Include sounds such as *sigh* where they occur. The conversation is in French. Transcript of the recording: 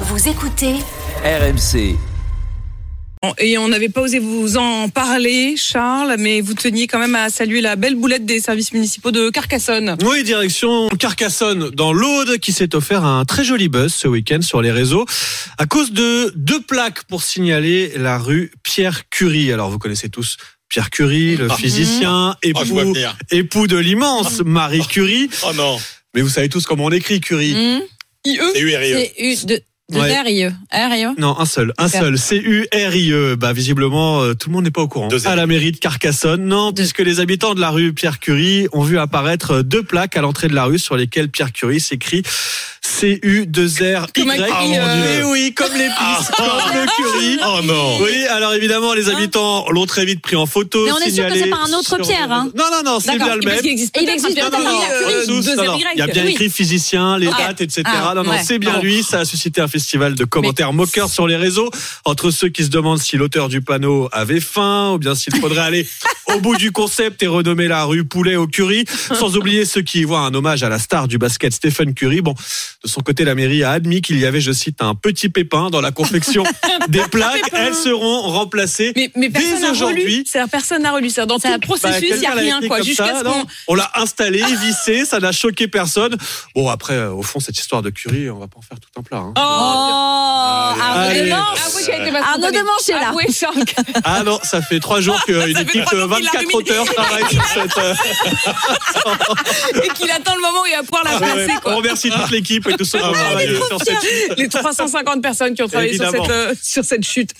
Vous écoutez RMC. Et on n'avait pas osé vous en parler, Charles, mais vous teniez quand même à saluer la belle boulette des services municipaux de Carcassonne. Oui, direction Carcassonne, dans l'Aude, qui s'est offert un très joli buzz ce week-end sur les réseaux à cause de deux plaques pour signaler la rue Pierre Curie. Alors, vous connaissez tous Pierre Curie, le physicien, Oh, Ah. je vois Ah. époux, venir. époux de l'immense Marie Curie. Oh non, Mais vous savez tous comment on écrit Curie. Hmm, IE c'est URIE. C'est U E. de, de E. Ouais. RIE. RIE. Non, un seul, un Hein Super. seul. C-U-R-I-E. Bah, visiblement, euh, tout le monde n'est pas au courant. Deux À la mairie de Carcassonne, non, puisque les habitants de la rue Pierre Curie ont vu apparaître euh, deux plaques à l'entrée de la rue sur lesquelles Pierre Curie s'écrit C-U-2-R-Y. Comme un cri, euh, Eh oui, comme les *laughs* comme le Curie. Oh non. Oui, alors évidemment, les habitants l'ont très vite pris en photo. Mais on est sûr que signalé c'est pas un autre sur les Pierre, hein. réseaux. Non, non, non, c'est D'accord. ben, Et parce bien le même. qu'il existe peut-être un Pierre Non, non, non, Marie on est Curie. tous, non, non. Il y a bien Oui. écrit physicien, les Ok. dates, etc. Ah, non, non, ouais. c'est bien Pardon. lui. Ça a suscité un festival de commentaires moqueurs sur les réseaux entre ceux qui se demandent si l'auteur du panneau avait faim ou bien s'il *laughs* faudrait aller au bout du concept et renommer la rue Poulet au Curie, sans oublier ceux qui y voient un hommage à la star du basket Stephen Curry. Bon, de son côté, la mairie a admis qu'il y avait, je cite, un petit pépin dans la *laughs* confection des plaques. Elles seront remplacées Mais, mais personne Dès n'a relu. aujourd'hui- C'est-à-dire personne n'a relu. C'est-à-dire Dans Ça tout a- le processus, il n'y Bah, quelqu'un a l'a rien, écrit quoi. comme Jusqu'à ça, ce non qu'on. On l'a installé, vissé, ça n'a choqué personne. Bon, après, euh, au fond, cette histoire de Curie, on va pas en faire tout un plat. hein. Oh, ah, Oh, Ah, Arnaud Allez. de Avouez Manche. qu'elle était pas Arnaud spontanée. de Manche est là. Avouez, Charles. Ah non, ça fait *laughs* trois jours qu'une fait équipe trois de jours qu'il l'a 24 remis. auteurs travaille sur cette. *laughs* euh, *laughs* Et qu'il attend le moment où il va pouvoir la Ah, ouais, passer, on quoi. Ah, remercie toute l'équipe et tout son travail euh, sur cette. Les 350 personnes qui ont travaillé sur Évidemment. cette, euh, sur cette chute.